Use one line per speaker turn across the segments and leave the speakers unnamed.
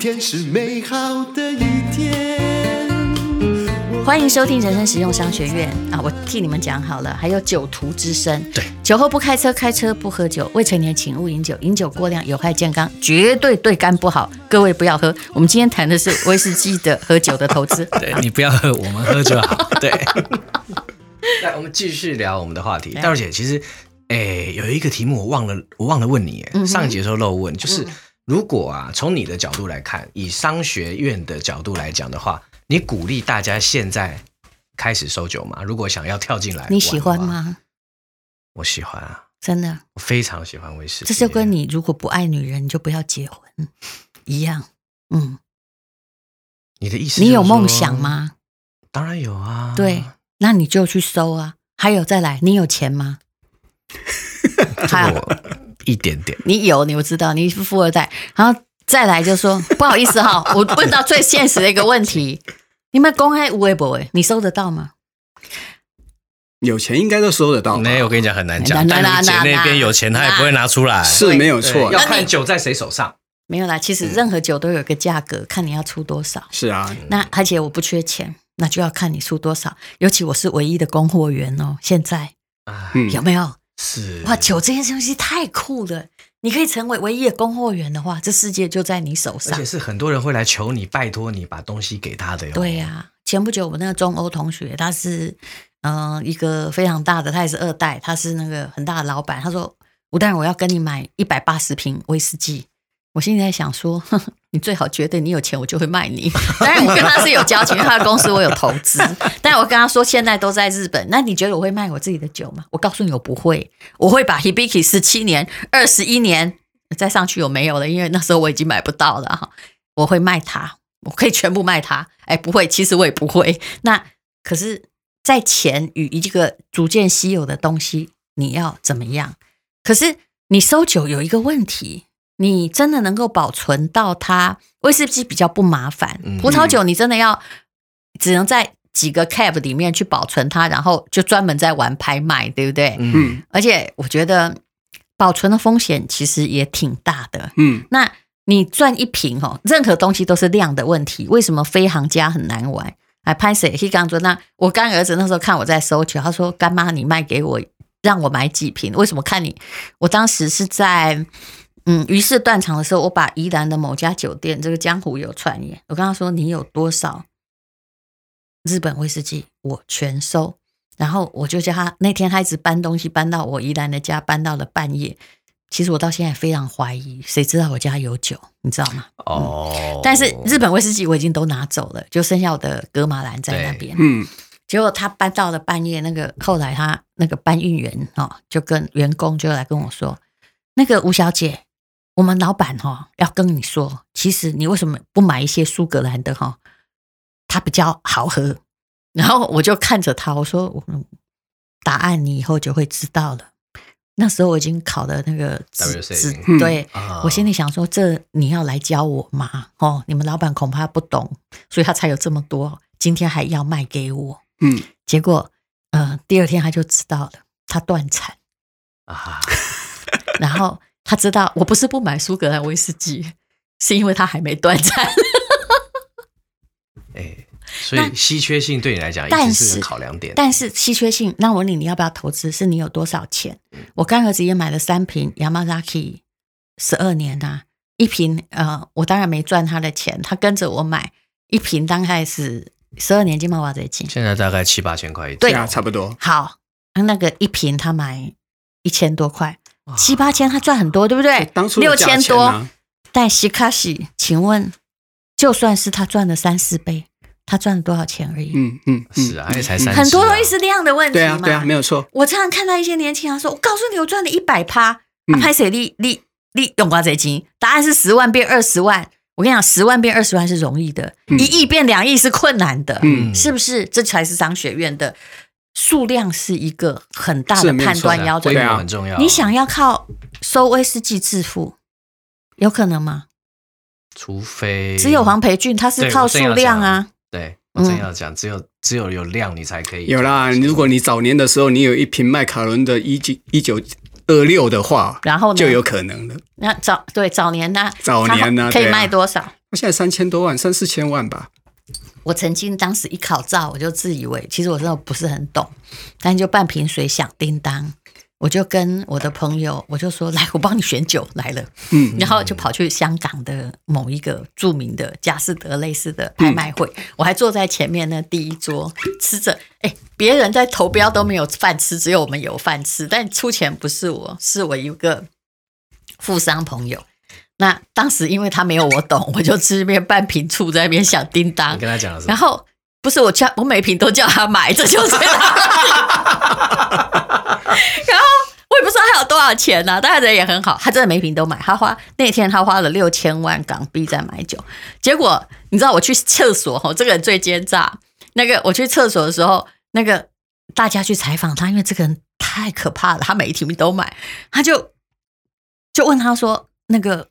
天是美好的一天。
欢迎收听人生实用商学院啊！我替你们讲好了，还有酒徒之声。
对，
酒后不开车，开车不喝酒，未成年请勿饮酒，饮酒过量有害健康，绝对对肝不好，各位不要喝。我们今天谈的是威士忌的和酒的投资。
对你不要喝，我们喝就好。对， 那我们继续聊我们的话题。
聊
大姐，其实，哎、有一个题目我忘了，我忘了问你，哎、
嗯哼嗯
上一节的时候漏问，就是、如果啊，从你的角度来看，以商学院的角度来讲的话，你鼓励大家现在开始收酒吗？如果想要跳进来，
你喜欢？吗？
我喜欢啊，
真的，
我非常喜欢威士忌。
这就跟你如果不爱女人，你就不要结婚一样。嗯，
你的意思，
你有梦想？吗？
当然有啊。
对，那你就去搜啊。还有再来，你有钱吗？还有。
我一点点。
你有，你我知道，你是富二代。然后再来就说，不好意思哈、我问到最现实的一个问题，你们公开微博哎，你收得到吗？
有钱应该都收
哦
得到吧，
没有，我跟你讲很难
很
讲。
难
但
拿
你姐
拿拿
那边有钱，她也不会拿出来。
是没有错
对要
的，
看酒在谁手上。
没有啦，其实任何酒都有一个价格，看你要出多少。
是啊，
那而且我不缺钱，那就要看你出多少。尤其我是唯一的供货员哦，现在
啊，
嗯，
有没有？
是
哇，酒这件东西太酷了！你可以成为唯一的供货员的话，这世界就在你手
而
上
且。是很多人会来求你，拜托你把东西给他的哟。
对呀、前不久我那个中欧同学，他是嗯、呃一个非常大的，他也是二代，他是那个很大的老板。他说：“吴大人，我要跟你买一百八十瓶威士忌。”我心里在想说 呵呵：“你最好觉得你有钱，我就会卖你。” 当然，我跟他是有交情，因为他的公司我有投资。 但我跟他说，现在都在日本，那你觉得我会卖我自己的酒吗？我告诉你，我不会。我会把 Hibiki 十七年、二十一年再上去，我没有了，因为那时候我已经买不到了哈。我会卖它，我可以全部卖它。哎，不会，其实我也不会。那可是，在钱与一个逐渐稀有的东西，你要怎么样？可是你收酒有一个问题，你真的能够保存到它？威士忌比较不麻烦
嗯，
葡萄酒你真的要只能在几个 cap 里面去保存它，然后就专门在玩拍卖，对不对？
嗯，
嗯
而且我觉得保存的风险其实也挺大的，
嗯，
那你赚一瓶哦，任何东西都是量的问题。为什么飞行家很难玩？哎，拍谁？他刚说，那我干儿子那时候看我在收球，他说：“干妈，你卖给我，让我买几瓶？为什么看你？我当时是在嗯，于是断肠的时候，我把宜兰的某家酒店，这个江湖有传言，我跟他说你有多少日本威士忌，我全收。然后我就叫他那天他一直搬东西搬到我宜兰的家，搬到了半夜。其实我到现在非常怀疑，谁知道我家有酒，你知道吗？
哦
但是日本威士忌我已经都拿走了，就剩下我的格马兰在那边。
嗯，
结果他搬到了半夜，那个后来他那个搬运员哦，就跟员工就来跟我说，那个吴小姐，我们老板哈、哦、要跟你说，其实你为什么不买一些苏格兰的哈、哦，它比较好喝。然后我就看着他，我说，嗯答案你以后就会知道了。那时候我已经考了那个执
WSA
执
嗯
对，
啊
我心里想说，这你要来教我吗？哦，你们老板恐怕不懂，所以他才有这么多，今天还要卖给我。
嗯，
结果，呃，第二天他就知道了，他 断产，
啊，
然后他知道我不是不买苏格兰威士忌，是因为他还没 断产。
哎，所以稀缺性对你来讲一
但
直
是
个考量点。
但是稀缺性，那我问你，你要不要投资？是你有多少钱？
嗯
我干儿子也买了三瓶 Yamazaki，十二年呐、一瓶呃，我当然没赚他的钱，他跟着我买一瓶，大概是十二年金毛娃子金。
现在大概七八千块一支
对
对啊，差不多，
好，那个一瓶他买一千多块，七八千他赚很多，对不对？
哎当初的
六
价
千
钱
多，
啊
但西卡西，请问，就算是他赚了三四倍，他赚了多少钱而已？
嗯嗯，嗯
是啊，而且才三十啊，
很多东西是量的问题
对
嘛。
啊对啊，没有错，
我常常看到一些年轻人说：“我告诉你，我赚了一百趴，
嗯
拍谁利利利用瓜贼金？”答案是十万变二十万。我跟你讲，十万变二十万是容易的，
嗯
一亿变两亿是困难的。
嗯
是不是？这才是商学院的数量是一个很大的
是没有
判
错
断标准
规
对。啊
模很重要。
你想，要靠收威士忌致富，有可能吗？
除非
只有黄培俊他是
对
靠
我正要
数量
讲
啊，
对，我真
嗯
要讲，只有只有有量你才可以
有啦。如果你早年的时候，你有一瓶麦卡伦的一九一九二六的话，
然后呢
就有可能了。
那早对早年呢，
早年呢
他可以
对啊
卖多少？
那现在三千多万，三四千万吧。
我曾经当时一考照，我就自以为其实我真的不是很懂，但就半瓶水响叮当，我就跟我的朋友我就说来，我帮你选酒来了，
嗯，
然后就跑去香港的某一个著名的佳士得类似的拍卖会，我还坐在前面那第一桌吃着，哎，别人在投标都没有饭吃，只有我们有饭吃，但出钱不是我，是我一个富商朋友。那当时因为他没有我懂，我就吃面半瓶醋在那边响叮当
你，跟他讲了什
然
么？
后不是我叫我每瓶都叫他买，这就是他。然后我也不知道他有多少钱呢、啊，但他人也很好，他真的每瓶都买。他花那天他花了六千万港币在买酒，结果你知道我去厕所吼，这个人最奸诈。那个我去厕所的时候，那个大家去采访他，因为这个人太可怕了，他每一瓶都买，他就就问他说那个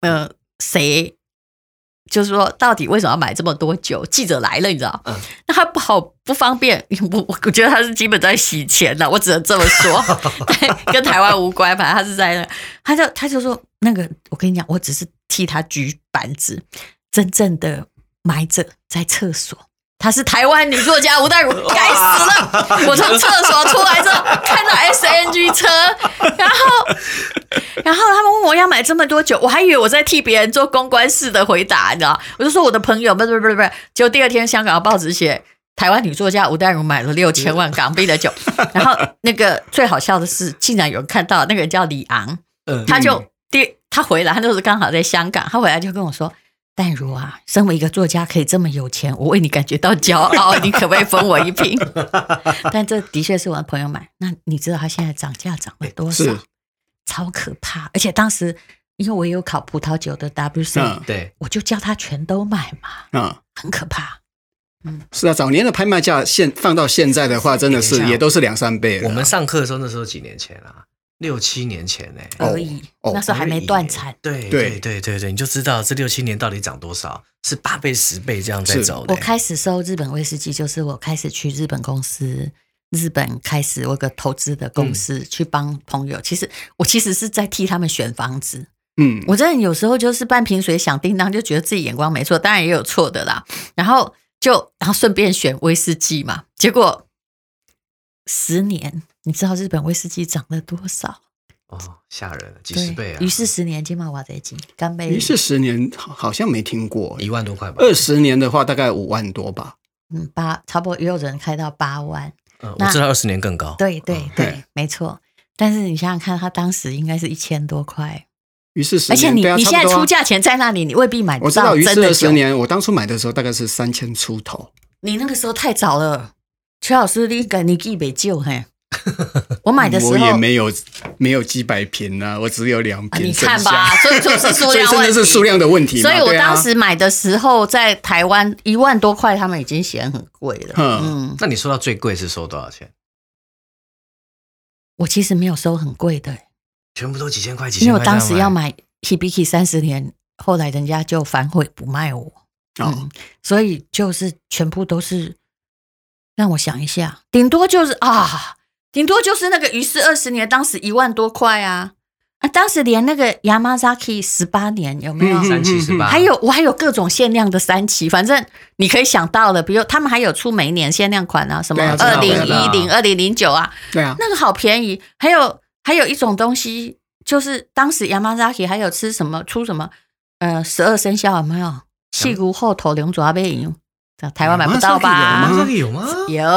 呃谁就是说，到底为什么要买这么多酒？记者来了，你知道？
嗯
那他不好不方便， 我我我觉得他是基本在洗钱呐，我只能这么说，对，跟台湾无关，反正他是在那，他就他就说那个，我跟你讲，我只是替他举板子，真正的买者在厕所。她是台湾女作家吴淡如，该死了！我从厕所出来之后，看到 S N G 车，然后 然后他们问我要买这么多酒，我还以为我在替别人做公关式的回答，你知道？我就说我的朋友，不是不是不是，结果第二天香港的报纸写台湾女作家吴淡如买了六千万港币 的酒，然后那个最好笑的是，竟然有人看到那个人叫李昂，
嗯
他就第他回来，他就是刚好在香港，他回来就跟我说。淡如啊，身为一个作家可以这么有钱，我为你感觉到骄傲，你可不可以分我一瓶？ 但这的确是我的朋友买。那你知道他现在涨价涨了多少
是？
超可怕！而且当时因为我也有考葡萄酒的 WC，、
嗯
对，
我就叫他全都买嘛，
啊，
很可怕。
是啊，早年的拍卖价现放到现在的话，真的是
等一下
也都是两三倍了。
我们上课的时候，那时候几年前啦，六七年前呢、
哦
而已，
哦
那时候还没断产。
对对
对
对对对，你就知道这六七年到底涨多少，是八倍十倍这样在
是
走的、
我开始收日本威士忌，就是我开始去日本公司，日本开始我有个投资的公司、去帮朋友。其实我其实是在替他们选房子。
嗯，
我真的有时候就是半瓶水响叮当，就觉得自己眼光没错，当然也有错的啦。然后就然后顺便选威士忌嘛，结果十年，你知道日本威士忌涨了多少？
哦，吓人了，几
对，
十倍啊！
于是十年金马瓦贼金干杯，
于是十年好好像没听过，
一万多块吧。
二十年的话大概五万多吧。
嗯八，差不多也有人开到八万。
嗯，
我知道二十年更高。
对对
啊
嗯
对，没错。但是你想想看，他当时应该是一千多块，
于是十
而且
年，
你、
对啊
你现在
差不多啊
出价钱在那里，你未必买
我
得
知道，
到
于
真
是
的
二十
酒。
年，我当初买的时候大概是三千出头。
你那个时候太早了，邱老师，你敢你记没 救嘿？我买的时候
我也没有没有几百瓶啊，我只有两
啊
瓶、
你看吧，，所 以就是数
所以
量
真
问
的
题。
是数量的问题嘛。
所以我
对啊
当时买的时候，在台湾一万多块，他们已经嫌很贵了。
嗯
嗯，
那你收到最贵是收多少钱？
我其实没有收很贵的，
全部都几千块，几
因
千
为我
块这样买。
当时要买 Hibiki 三十年，后来人家就反悔不卖我，
哦，
嗯，所以就是全部都是。让我想一下，顶多就是啊，顶多就是那个于是二十年，当时一万多块啊，啊，当时连那个 Yamazaki 十八年有没有？
嗯
三七十八，
还有我还有各种限量的三期，反正你可以想到的，比如他们还有出每一年限量款啊，什么
对啊知
二
道
零
我知
一零、
道
二零零九啊，
对啊，
那个好便宜。还有还有一种东西，就是当时 Yamazaki 还有吃什么出什么，呃，十二生肖有没有？屁股后头龙爪背影，台湾买不到吧？
这个有吗？
有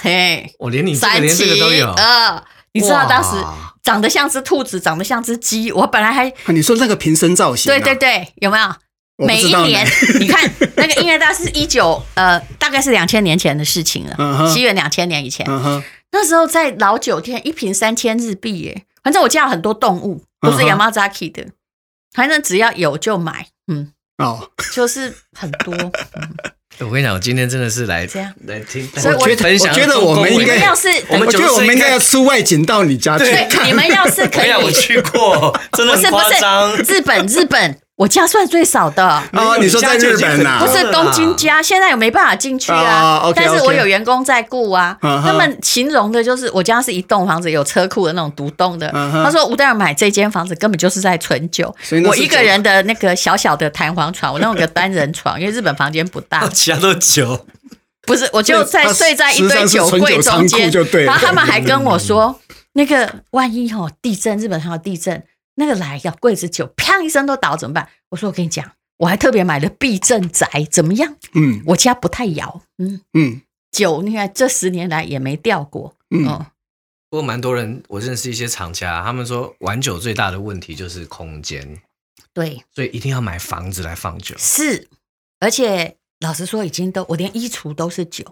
嘿，
我连你这个
三
连这个都
期
有，
呃，你知道当时
哇
长得像只兔子，长得像只鸡，我本来还
啊你说那个瓶身造型啊，
对对对，有没有？
我不
每
知
一
道呢
年，你看那个音乐大师一九呃，大概是两千年前的事情
嗯
了，
哼
西元两千年以前。
嗯哼，
那时候在老酒店，一瓶三千日币耶。反正我家有很多动物，都是
嗯哼
Yamazaki 的，反正只要有就买，嗯，
哦，
就是很 多。嗯
我跟你讲，我今天真的是来
这样
来听，
所以我
觉得
分享
我觉得我们应
你
该
们要是
我们
哎我觉得我们应该要出外景到你家去
对，
看
你。们要是可
哎
以
呀，，我去过，真的
不
很
是不
夸张。，
是，日本日本我家算最少的。
没有
哦你说在日本呐
不是东京，
啊
家，现在也没办法进去啊。
哦，OK，OK
但是我有员工在雇啊。
嗯哼
他们形容的就是我家是一栋房子，有车库的那种独栋的。
嗯哼
他说吴代尔买这间房子根本就是在存酒
所以，那
啊我
是
一个人的那个小小的弹簧床，我弄个单人床，因为日本房间不 大
其他都酒，
不是我就在
所以它
睡在一堆酒柜
实际上是
中
存酒仓
间
库就对。了嗯
然后他们还跟我说，那个万一哦地震，日本还有地震，那个来要柜子酒，砰一声都倒怎么办？我说我跟你讲，我还特别买了避震宅，怎么样？
嗯
我家不太摇，嗯，
嗯
酒你看这十年来也没掉过，
嗯，
哦，
不过蛮多人，我认识一些厂家，啊他们说玩酒最大的问题就是空间，
对，
所以一定要买房子来放酒。
是，而且老实说，已经都我连衣橱都是酒，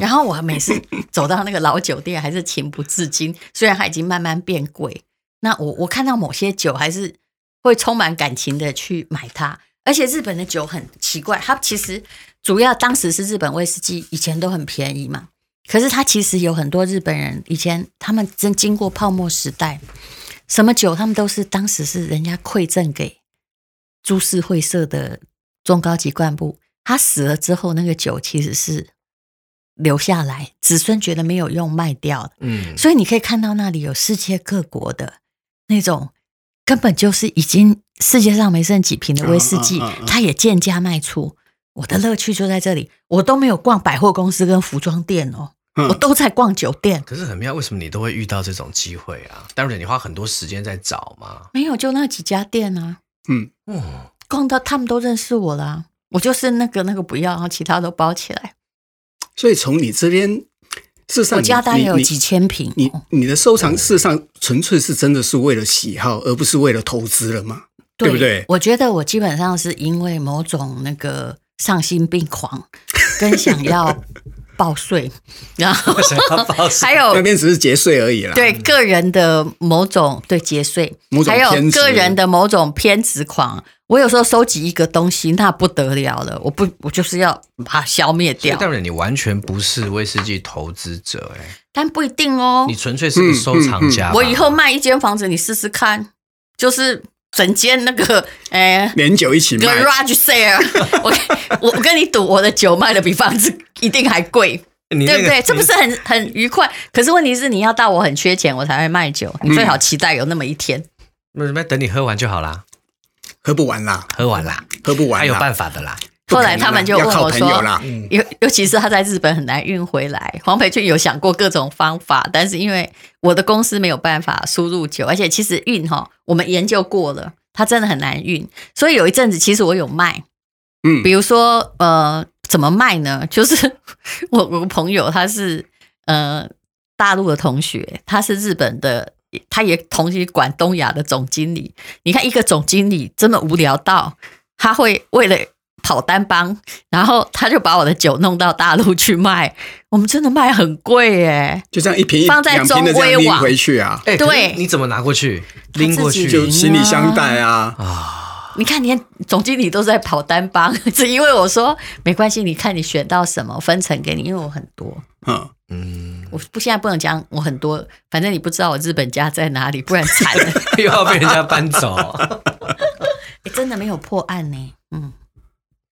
然后我每次走到那个老酒店，还是情不自禁，虽然它已经慢慢变贵，那我我看到某些酒还是会充满感情的去买它。而且日本的酒很奇怪，它其实主要当时是日本威士忌，以前都很便宜嘛。可是它其实有很多日本人以前他们真经过泡沫时代，什么酒他们都是当时是人家馈赠给株式会社的中高级干部，他死了之后，那个酒其实是留下来，子孙觉得没有用卖掉的。
嗯，
所以你可以看到那里有世界各国的那种，根本就是已经世界上没剩几瓶的威士忌
嗯嗯嗯，嗯
它也贱价卖出。我的乐趣就在这里，我都没有逛百货公司跟服装店哦，
嗯
我都在逛酒店。
可是很妙，为什么你都会遇到这种机会啊？当然你花很多时间在找嘛。
没有，就那几家店啊，
嗯，
逛到他们都认识我啦、啊我就是那个那个不要，然后其他都包起来。
所以从你这边，事实上
我
你
家大概有
你
几千瓶
你
哦，
你的收藏事实上纯粹是真的是为了喜好，而不是为了投资了嘛？对不对
我觉得我基本上是因为某种那个丧心病狂， 跟想要 报税，然后
想要报 仇
还
那
有
边只是节税而已啦。
哦对个人的某种对节税
某，种
还有
偏执
个人的某种偏执狂。我有时候收集一个东西，那不得了了，我不我就是要把它消灭
所以
掉，
当然你完全不是威士忌投资者、哎，
但不一定哦嗯
你。纯粹是个收藏家吧、
我以后卖一间房子，你试试看，就是整间那个， 哎、
连酒一起卖，
garage sale，我我我跟你赌，我的酒卖的比房子一定还贵，
你那
对
个
不对？这不是很很愉快？可是问题是，你要到我很缺钱，我才会卖酒。你最
嗯
好期待有那么一天。
那那等你喝完就好啦，
喝不完啦，
喝完啦，
喝不
哎
完啦。
还有办法的啦。
不
后
可能啦
来他们就问
要靠
我
朋
说
友啦，嗯
尤尤其是他在日本很难运回来，黄培俊有想过各种方法，但是因为我的公司没有办法输入酒，而且其实运哈，我们研究过了，它真的很难运，所以有一阵子其实我有卖，
嗯
比如说呃，怎么卖呢？ 就是我我朋友他是呃大陆的同学，他是日本的，他也同时管东亚的总经理。你看一个总经理真的无聊到，他会为了。跑单帮，然后他就把我的酒弄到大陆去卖，我们真的卖很贵耶。
就这样一瓶一
放在
两瓶的这
中
样
威
拎
网
回去啊，
哎、可
对
是你怎么拿过去？
他
拎过
自
嗯
己
去
就行李箱带啊，
啊？
你看，连总经理都在跑单帮， 只因为我说没关系，你看你选到什么分成给你，因为我很多，
嗯，
嗯，
我不现在不能讲我很多，反正你不知道我日本家在哪里，不然惨 了。
又要被人家 搬走，
诶哎真的没有破案呢、嗯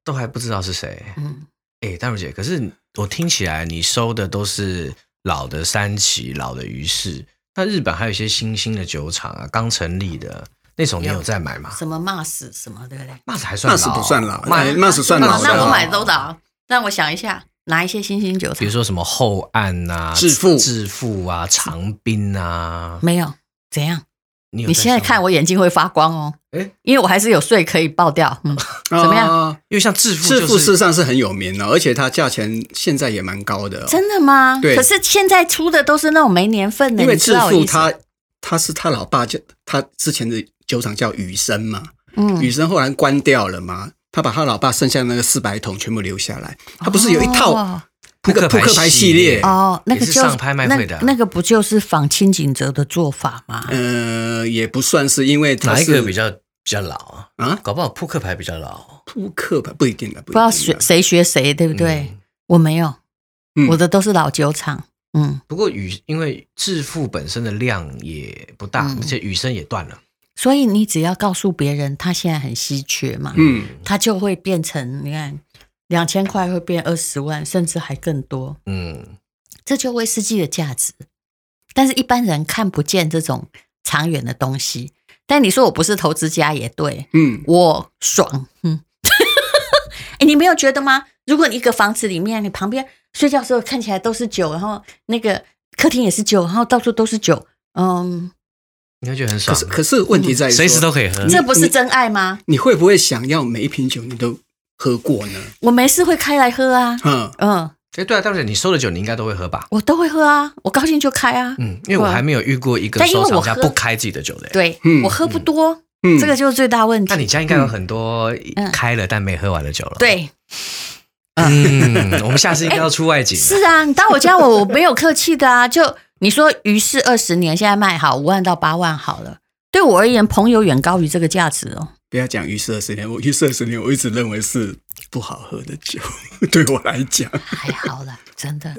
都还不知道是谁。
嗯，
哎、大茹姐，可是我听起来你收的都是老的三旗、老的鱼市，那日本还有一些新兴的酒厂啊，刚成立的那种，你有在买吗？
什么 Mars 什么对不对？
那是还算
那
老，
是不算老，
骂
那那是算老
好
的
那
了。哦
我买都倒，让我想一下，哪一些新兴酒
比
厂
如？说什么后岸啊、
致富
致富啊、长滨啊，
没有，怎样？
你有
你现在看
我，
我眼睛会发光哦，
诶
因为我还是有税可以爆掉。嗯，怎么样
啊
因为像致富、就
致
是，
富事实上是很有名哦的，而且它价钱现在也蛮高的哦。
真的吗？
对
可是现在出的都是那种没年份的，
因为
你
致
知道我
富
意思
他他是他老爸叫他之前的酒厂叫雨生嘛，
嗯
雨生后来关掉了嘛，他把他老爸剩下的那个四百桶全部留下来。他不是有一套
哦
那个
扑
扑
克牌
克牌系
系列
列，
哦，那
也
个
是
就
上拍卖会的啊
那那个不就是仿清景泽的做法吗？
呃，也不算是，因为他
哪一
是
个比较比较老啊？
啊
搞不好扑克牌比较老，啊
扑克牌不一定的，不
不
一
知道
定
学
的。
谁学谁，对不对？
嗯
我没有，
嗯
我的都是老酒厂。嗯，
不过雨，因为致富本身的量也不大，
嗯
而且雨声也断了，
所以你只要告诉别人它现在很稀缺嘛，
嗯，
它就会变成你看两千块会变二十万，甚至还更多，
嗯，
这就威士忌的价值。但是一般人看不见这种长远的东西。但你说我不是投资家也对，
嗯，
我爽， 嗯，哎，你没有觉得吗？如果你一个房子里面，你旁边睡觉的时候看起来都是酒，然后那个客厅也是酒，然后到处都是酒，嗯，
你会觉得很
可
爽嗯
是，可是问题在于说
随时都可以喝。
这不是真爱吗？
你会不会想要每一瓶酒你都喝过呢？
我没事会开来喝啊，
嗯，
嗯，
哎，对啊，当然你收的酒你应该都会喝吧？
我都会喝啊，我高兴就开啊，
嗯，因为我还没有遇过一个
但因为
收
我
藏家
喝
不开自己的酒的。，
对、
嗯
我喝不多，
嗯
这个就是最大问题。
那你家应该有很多开了但没喝完的酒了。，
对，
嗯， 我们下次应该要出外景。
是啊，你到我家我我没有客气的啊，就你说于是二十年现在卖好五万到八万好了，对我而言，朋友远高于这个价值哦。
不要讲于是二十年，我于是二十年，我一直认为是不好喝的酒， 对我来讲，
啊
还好啦，真的。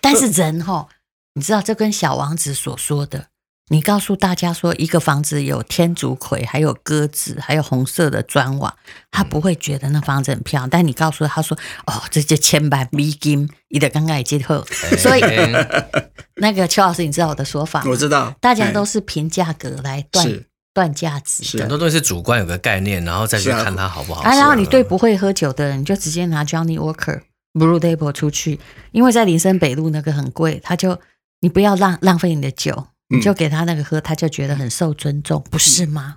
但是人吼，你知道这跟小王子所说的，你告诉大家说一个房子有天竺葵，还有鸽子，还有红色的砖瓦，他不会觉得那房子很漂亮。但你告诉他说，哦，这就千百美金，你的刚刚已经后， 所以
哎
那个邱老师，你知道我的说法吗？
我知道
大家都
哎是、
是凭价格来断
是
断价值
是
的
很。多东西是主观有个概念，然后再去
是啊
看它好不
哦
好。
啊，然后你对
是啊
不会喝酒的人，你就直接拿 Johnny Walker Blue Label 出去，因为在林森北路那个很贵，他就你不要浪浪费你的酒，你就给他那个喝，他就觉得很受尊重，不是吗？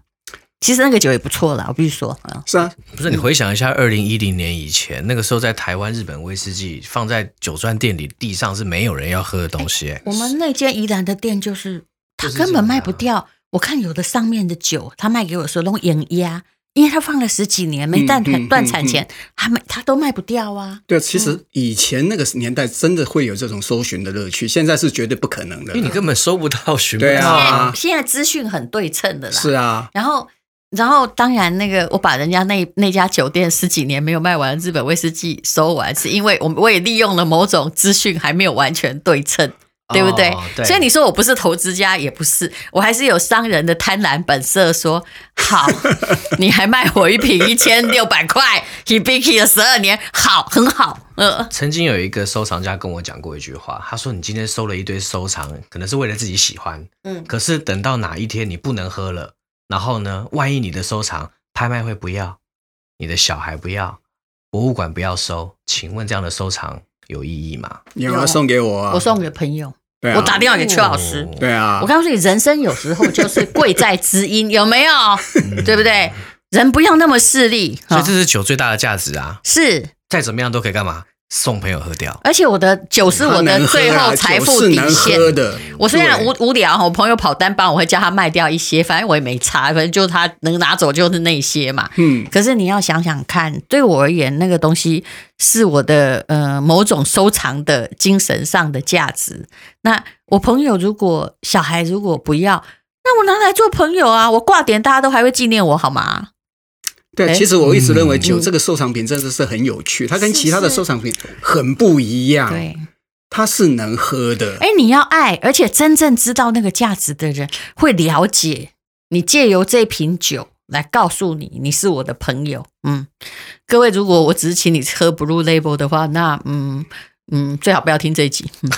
其实那个酒也不错啦，我必须说，嗯
是啊，
不是你回想一下，二零一零年以前，那个时候在台湾、日本威士忌放在酒庄店里地上是没有人要喝的东西、哎
我们那间宜兰的店就是，他
就是
根
这
本
样
卖不
啊
掉。我看有的上面的酒，他卖给我的时候弄眼压，因为他放了十几年没
嗯
断产
嗯
断
嗯
产
嗯
前，他卖他都卖不掉啊。
对啊，其实以前那个年代真的会有这种搜寻的乐趣，现在是绝对不可能的
因为。你根本收不到、寻不
对
现
啊
到。
在现在资讯很对称的啦，
是啊，
然后，然后当然那个我把人家那那家酒店十几年没有卖完的日本威士忌收完，是因为我我也利用了某种资讯还没有完全对称。对不对？
哦对
所以你说我不是投资家，也不是，我还是有商人的贪婪本色说。 好，你还卖我一瓶一千六百块 Hibiki 的十二年，好，很好。呃，
曾经有一个收藏家跟我讲过一句话，他说：“你今天收了一堆收藏，可能是为了自己喜欢，
嗯，
可是等到哪一天你不能喝了，然后呢，万一你的收藏拍卖会不要，你的小孩不要，博物馆不要收，请问这样的收藏有意义吗
你要不要送给我啊？
我送给朋友，
对啊，
我打电话给邱老师。
哦
对啊
我，告诉你，人生有时候就是贵在知音，有没有？
嗯
对不对？人不要那么势利，
所以
哈
这是酒最大的价值啊！
是。
再怎么样都可以干嘛？送朋友喝掉。
而且我的酒是我的
啊
最后财富
它
底
难喝啦酒是
线
难。喝的。
我虽然
对
无无聊，我朋友跑单帮，我会叫他卖掉一些，反正我也没差，反正就他能拿走就是那些嘛。
嗯，
可是你要想想看，对我而言，那个东西是我的呃某种收藏的精神上的价值。那我朋友如果小孩如果不要，那我拿来做朋友啊，我挂点大家都还会纪念我好吗？
对，啊
哎
其实我一直认为
嗯
酒这个收藏品真的是很有趣，它跟
是
其他的
是
收藏品很不一样，
对，
它是能喝的。
哎，你要爱，而且真正知道那个价值的人会了解你，借由这瓶酒来告诉你，你是我的朋友。嗯，各位，如果我只是请你喝 Blue Label 的话，那嗯嗯，最好不要听这一集。嗯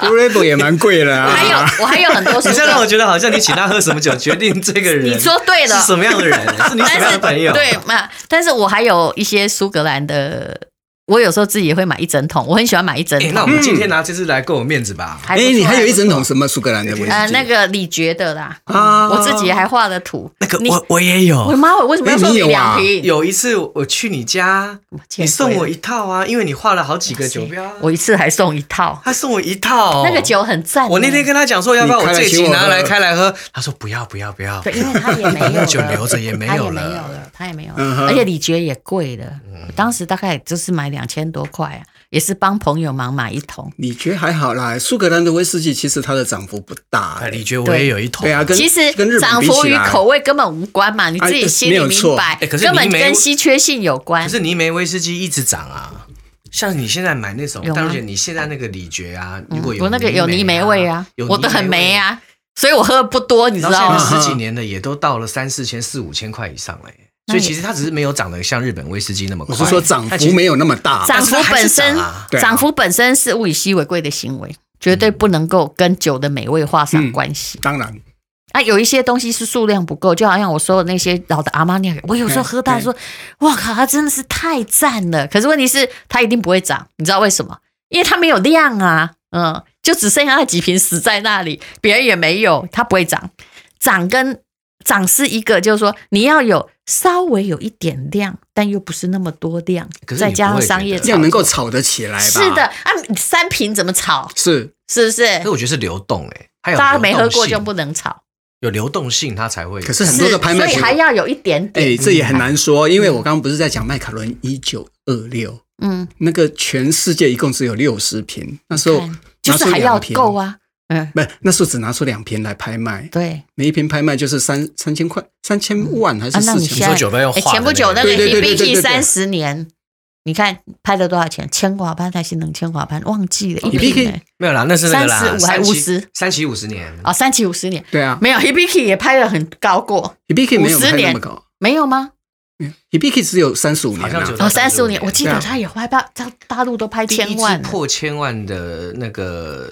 b r a b e 也蛮贵的
我还有
啊，，
我还有很 多
你
书
这样让我
的。
觉得好像你请他喝什么酒，决定这个 人
你说对了
是什么样 的人，是你什么样的朋友？
对，嘛？但是我还有一些苏格兰的，我有时候自己也会买一整桶，我很喜欢买一整
哎
桶。
那我
嗯
们今天拿这次来够有面子吧？
还不错
哎你还有一整
不
桶
错
什么苏格兰的威士忌？
呃，那个李觉的啦，
啊
我自己还画了图。
那个
你
我我也
我的
有，
妈！我为什么要送
哎你
你
有啊
两瓶？
哦有一次我去你家，
见鬼了
你送我一套啊，因为你画了好几个酒标啊，
我一次还送一套，
他送我一套哦
那个酒很赞啊耶。
我那天跟他讲说，要不要
你
我
开来
这一
请
集
我
拿
喝
来开来喝？他说不要不要不要，
对，因为他也没有
那
了，
酒留着也没
他
有
也没有
了。
了，他也没有
嗯
了，
哼
而且李觉也贵了，我当时大概就是买两千多块啊，也是帮朋友忙买一桶。
你觉得还好啦？苏格兰的威士忌其实它的涨幅不大、
哎，李觉我也有一桶。
对啊跟
其实
跟日本
涨
比起来
幅与口味根本无关嘛，你自己心
哎
里
没有
明
错
白，
哎可是
根本
你没
跟稀缺性有关
可。是泥煤威士忌一直涨啊，像你现在买那种
有，吗
大陆姐，你现在那个李觉啊，
嗯
如果有
我那个有泥煤味啊，
有
我都很
煤
霉，啊，所以我喝的不多，你知
然后
道吗？
现在十几年的也都到了三四千、四五千块以上了耶。所以其实它只是没有涨得像日本威士忌那么快。
我是说涨幅没有那么大，
涨幅本身
但是它还是涨啊，
对啊
涨幅本身是物以稀为贵的行为，绝对不能够跟酒的美味画上关系。
当然
啊，有一些东西是数量不够，就好像我说的那些老的阿玛尼亚，我有时候喝到
嗯
说，哇靠，它真的是太赞了。可是问题是，它一定不会涨，你知道为什么？因为它没有量啊，嗯，就只剩下那几瓶死在那里，别人也没有，它不会涨。涨跟涨是一个，就是说你要有稍微有一点量，但又不是那么多量
可，是你
再加上
不会
商
觉
业
得
这样能够炒得起来吧？
是的，啊，三瓶怎么炒？
是
是不是
可是？我觉得是流动哎，还有
大家没喝
流动
过
性
就不能炒，
有流动性，它才会有。
可是很
是，
多的拍卖
所以
行
还要有一点
哎、
点。
这也很难说，因为我刚刚不是在讲麦卡伦一九二六
嗯，
那个全世界一共只有六十瓶，那时候
看就
拿
是
出
还要
两瓶
够，啊。嗯，
不，那时候只拿出两瓶来拍卖，
对。
每一瓶拍卖就是三三千块，三千万还
啊
是
那
四
你
千
你说
万？
现在
酒杯用
哎，
画的
前不久那个
对对对对对
HBT
对对
三十年，你看拍了多少钱？千瓦潘还是冷千瓦潘？忘记了，一
HBK
瓶哎
没有啦，那是那个啦
35，我还
三七
50
三七五十年
哦，三七五十年
对啊
没有 HBK 也拍了很高过，
，Hibiki 没有
50
拍那
年
么高
没有吗？
，Hibiki 只有三十五年
好像只有。
啊
哦，
到
三十五年
35，
我记得
对啊
他也拍到到大陆都拍
第一
千
支
万了，
破千万的那个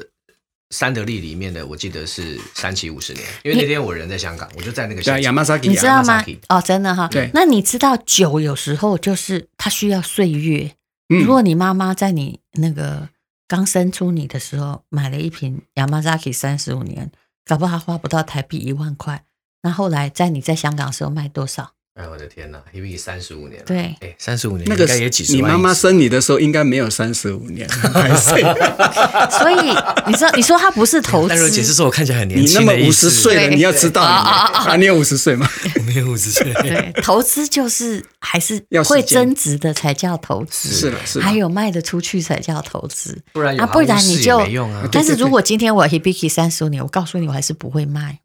三得利里面的，我记得是三七五十年，因为那天我人在香港，我就在那个
对啊
现场。
，Yamazaki，
你知道吗
Yamazaki？
哦，真的哈。
对
那你知道酒有时候就是它需要岁月。
嗯
如果你妈妈在你那个刚生出你的时候买了一瓶 Yamazaki 三十五年，搞不好她花不到台币一万块。那后来在你在香港的时候卖多少？
哎，我的天哪 h e b i 三十五年了。
对
哎，
三十五年
那个
应该也几十万
你
一次。
妈妈生你的时候应该没有三十 五年，很白岁
所以你说你说它不是 投
但是我解释
资，
说我看起来很年
你那
轻
么
的意
五
思
十岁了，
对
你要知道你
啊啊啊
啊，你有五十岁吗？
我没有五十 岁。
对，投资就是还是
要时
会
间
增值的才叫投
是
资，
了，是了哎
还。有卖得出去才叫投资。
不然有
啊不然
行市
你
也
就
没用啊。
对
但是如果今天我 Hibiki 三十五年，我告诉你，我还是不会卖，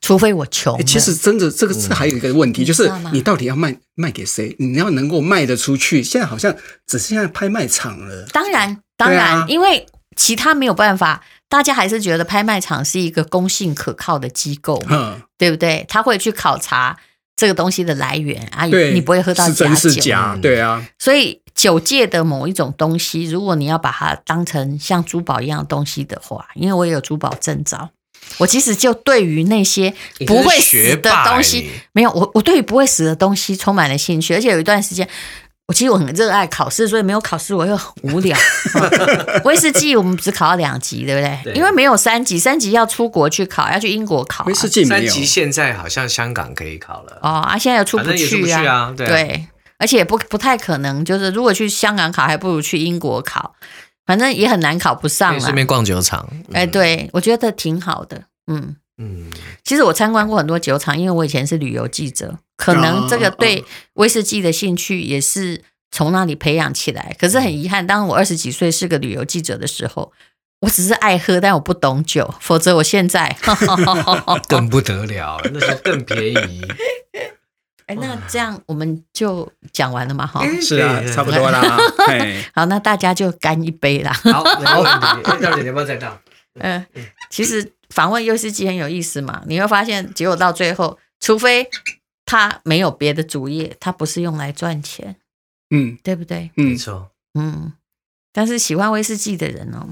除非我穷了、
哎其实真的，这个是还有一个问题，
嗯
就是
你知道吗
你到底要卖卖给谁？你要能够卖得出去。现在好像只剩下拍卖场了。
当然，当然，
对啊
因为其他没有办法，大家还是觉得拍卖场是一个公信可靠的机构嘛，
嗯，
对不对？他会去考察这个东西的来源啊，
对，
你不会喝到
是真是
酒
假？
嗯
对啊，
所以酒界的某一种东西，如果你要把它当成像珠宝一样的东西的话，因为我也有珠宝证照，我其实就对于那些
你真
不
是
会
学
死的
霸
东
欸
西，没有我我对于不会死的东西充满了兴趣，而且有一段时间。我其实我很热爱考试，所以没有考试我又很无 聊。嗯威士忌我们只考了两级，对不对？
对
因为没有三级，三级要出国去考，要去英国
嗯
考啊、
威士忌
三
没有，
级现在好像香港可以考了。
哦啊，现在又出不
反正也出不
去啊，
去啊对啊
而且也不不太可能，就是如果去香港考，还不如去英国考，反正也很难考
可
不上
以
啦
顺。便逛酒厂，
哎，对，我觉得挺好的，嗯，
嗯，
其实我参观过很多酒厂，因为我以前是旅游记者，可能这个对威士忌的兴趣也是从那里培养起来。可是很遗憾，当我二十几岁是个旅游记者的时候，我只是爱喝，但我不懂酒，否则我现在，
更不
不得了，那时候更便宜。
哎，那这样我们就讲完了嘛，哈。
是啊，
嗯对
差不多 啦。哎，
好，那大家就干一杯 啦。
好，没问题。哎大姐，你要不要再倒？
嗯，其实访问优司机很有意思嘛，你会发现，结果到最后，除非他没有别的主业，他不是用来赚钱，
嗯
对不对？
没
嗯，
错，
嗯，但是喜欢威士忌的人哦，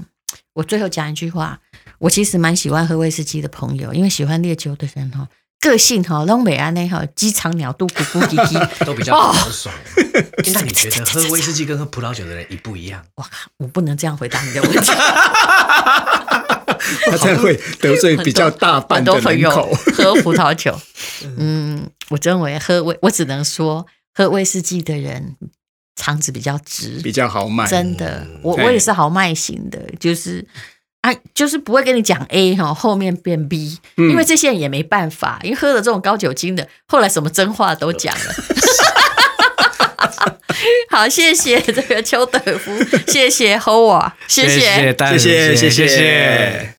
我最后讲一句话，我其实蛮喜欢喝威士忌的朋友，因为喜欢烈酒的人哦，个性哈、哦，东北安那哈，鸡肠鸟肚咕咕叽 叽，哦
都比较豪
哦
爽。那你觉得喝威士忌跟喝葡萄酒的人一不一样？
哇靠，我不能这样回答你的问 题。
他才会得罪比较大半
很
的
多朋
人
友
口。
喝葡 萄酒。嗯，我认为喝威，我只能说喝威士忌的人肠子比较直，
比较好卖，
真的
嗯，
我
对
我也是豪迈型的，就是啊，就是不会跟你讲 A 哈，后面变 B，
嗯
因为这些人也没办法，因为喝了这种高酒精的，后来什么真话都讲 了。好，谢谢这个邱德夫，谢谢 Howard，谢
谢谢，
谢谢谢谢谢。